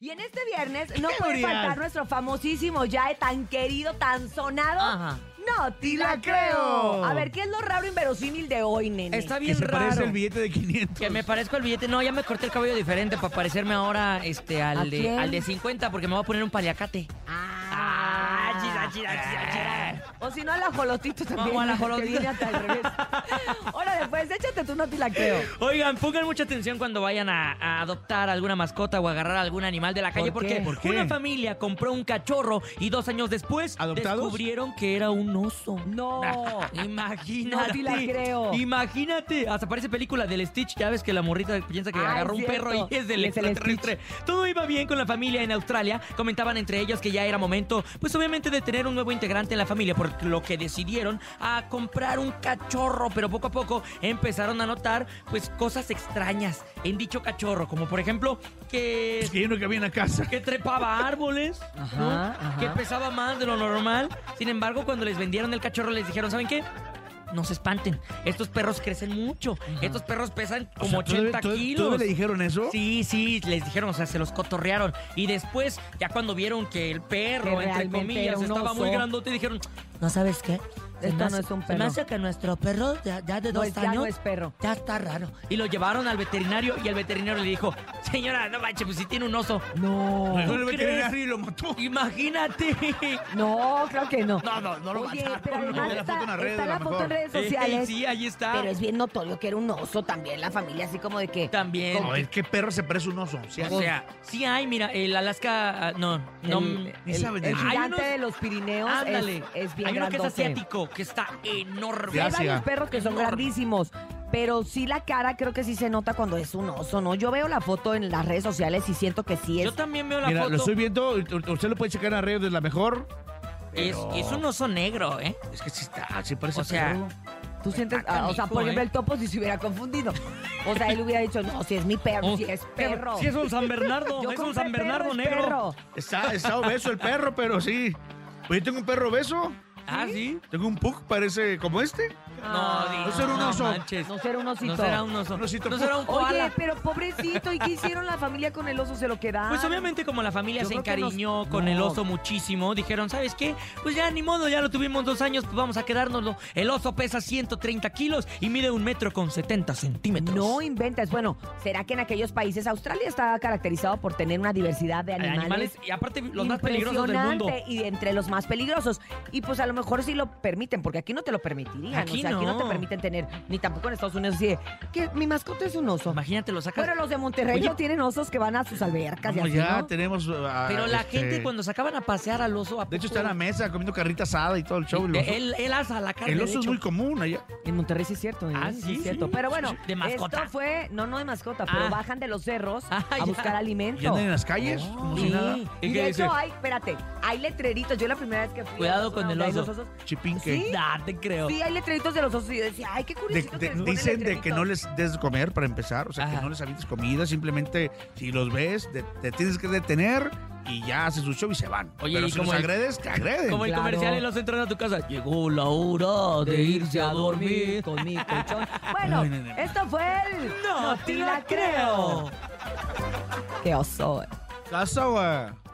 Y en este viernes no ¿Qué puede deberías? faltar nuestro famosísimo ya de tan querido, tan sonado. Ajá. No, te Ni la la creo. creo. A ver, ¿qué es lo raro inverosímil de hoy, nene? Está Que bien se raro. parece el billete de 500. Que me parezco al billete. No, ya me corté el cabello diferente para parecerme ahora este, ¿A al, de, quién? al de 50 porque me voy a poner un paliacate. Ah, chis, ah, chis, ah, chis, ah, chis, O si no, al ajolotito también. O al ajolotito. que viene hasta el revés. Ahora después, échate tú, no te la creo. Oigan, pongan mucha atención cuando vayan a, a adoptar alguna mascota o agarrar algún animal de la calle ¿Por porque qué? ¿Por qué? una familia compró un cachorro y dos años después ¿Adoptados? descubrieron que era un oso. No. Imagínate. No te la creo. Imagínate. Hasta parece película del Stitch. Ya ves que la morrita piensa que Ah, agarró es un cierto. perro y es del Y es el extraterrestre. Todo iba bien con la familia en Australia. Comentaban entre ellos que ya era momento, pues obviamente, de tener un nuevo integrante en la familia, por lo que decidieron a comprar un cachorro. Pero poco a poco empezaron a notar, pues, cosas extrañas en dicho cachorro. Como por ejemplo, que Es que yo no cabía en la casa. que trepaba árboles, Ajá, ¿no? ajá. que pesaba más de lo normal. Sin embargo, cuando les vendieron el cachorro, les dijeron, ¿saben qué? No se espanten, estos perros crecen mucho. Estos perros pesan O como sea, ¿todavía- 80 todavía- kilos. ¿Todavía le dijeron eso? Sí, sí, les dijeron, o sea, se los cotorrearon. Y después, ya cuando vieron que el perro, Que entre realmente era comillas, un estaba oso. muy grandote, dijeron, ¿no sabes qué? Se Esto me hace- no es un Se me perro. hace que nuestro perro ya, ya de No, dos es- ya años no es perro. ya está raro. Y lo llevaron al veterinario y el veterinario le dijo, señora, no manches, pues si tiene un oso. No. Mejor el ¿Tú crees? veterinario y lo mató. Imagínate. No, creo que no. No, no, no lo Oye, mataron. pero no. además Está está, la foto en las redes, está a lo la foto en mejor. redes sociales. Sí, ahí está. Pero es bien notorio que era un oso también, la familia, así como de que. También. No, es que perro se parece a un oso. O sea, O sea, sí hay, mira, el Alaska, ah, no, no. el, ni el- saben el de- gigante Hay unos- de los Pirineos es- Ándale. es, bien Hay uno que es grandote. asiático, que está enorme. Sí, hay Gracias. varios perros que son Enorme. grandísimos, pero sí la cara creo que sí se nota cuando es un oso, ¿no? Yo veo la foto en las redes sociales y siento que sí es. Yo también veo la Mira, foto. lo estoy viendo. u- Usted lo puede checar en las redes de la mejor. es, pero- es un oso negro, ¿eh? Es que sí está, sí parece O sea, perro. Tú sientes, ah, o sea, canijo, por ejemplo, ¿eh? el topo si se hubiera confundido. O sea, él hubiera dicho, no, si es mi perro, Oh, si es perro. Sí, es un San Bernardo, Yo es compré un San perro, Bernardo es negro. perro. Está, está obeso el perro, pero sí. Pues yo tengo un perro obeso. Ah, sí. Tengo un pug, parece como este. No, Ay, digo, No será un no oso. manches. Ah, No será un osito. No será un oso. Un osito. No será un koala. Oye, pero pobrecito, ¿y qué hicieron la familia con el oso? ¿Se lo quedaron? Pues obviamente como la familia Yo se creo que nos- encariñó con el No. oso muchísimo, dijeron, ¿sabes qué? Pues ya ni modo, ya lo tuvimos dos años, pues vamos a quedárnoslo. El oso pesa 130 kilos y mide un metro con 70 centímetros. No inventes. Bueno, ¿será que en aquellos países Australia está caracterizado por tener una diversidad de Eh, animales? y aparte los más peligrosos del mundo. impresionante Y de entre los más peligrosos. Y pues a lo mejor sí lo permiten, porque aquí no te lo permitirían. Aquí o sea, aquí no te no. permiten tener, ni tampoco en Estados Unidos, así de, que mi mascota es un oso. Imagínate, lo sacas. Bueno, los de Monterrey Oye. no tienen osos que van a sus albercas y Como así, ya ¿no? tenemos. ah, Pero la este, gente cuando sacaban a pasear al oso... ¿a De hecho, poco? está en la mesa comiendo carrita asada y todo el show. El oso, Él, él asa la carne. El de oso es hecho. muy común allá. En Monterrey sí es cierto. ¿eh? Ah, es sí, cierto. sí. Pero bueno, De mascota. esto fue, no, no de mascota, pero Ah. bajan de los cerros Ah, a ya. buscar alimento. Y andan en las calles, Oh. como Sí. si nada. ¿Y Y qué de dice? hecho hay, espérate, hay letreritos. Yo la primera vez que fui. a Cuidado la con zona el donde hay oso. los osos, Chipinque. Sí. Nah, ah, te creo. Sí, hay letreritos de los osos. Y yo decía, ay, qué De- curioso. de- dicen de que no les des de comer para empezar, o sea, Ajá. que no les avientes comida, simplemente si los ves, de- te tienes que detener y ya haces su show y se van. Oye, Pero y si como los el- agredes, te agreden. Como el Claro. comercial en los entran a tu casa. Llegó la hora de irse a dormir. con mi colchón. Bueno, Ay, no, no, no. esto fue el. No, te la creo. Qué oso. eh. Casa, güey.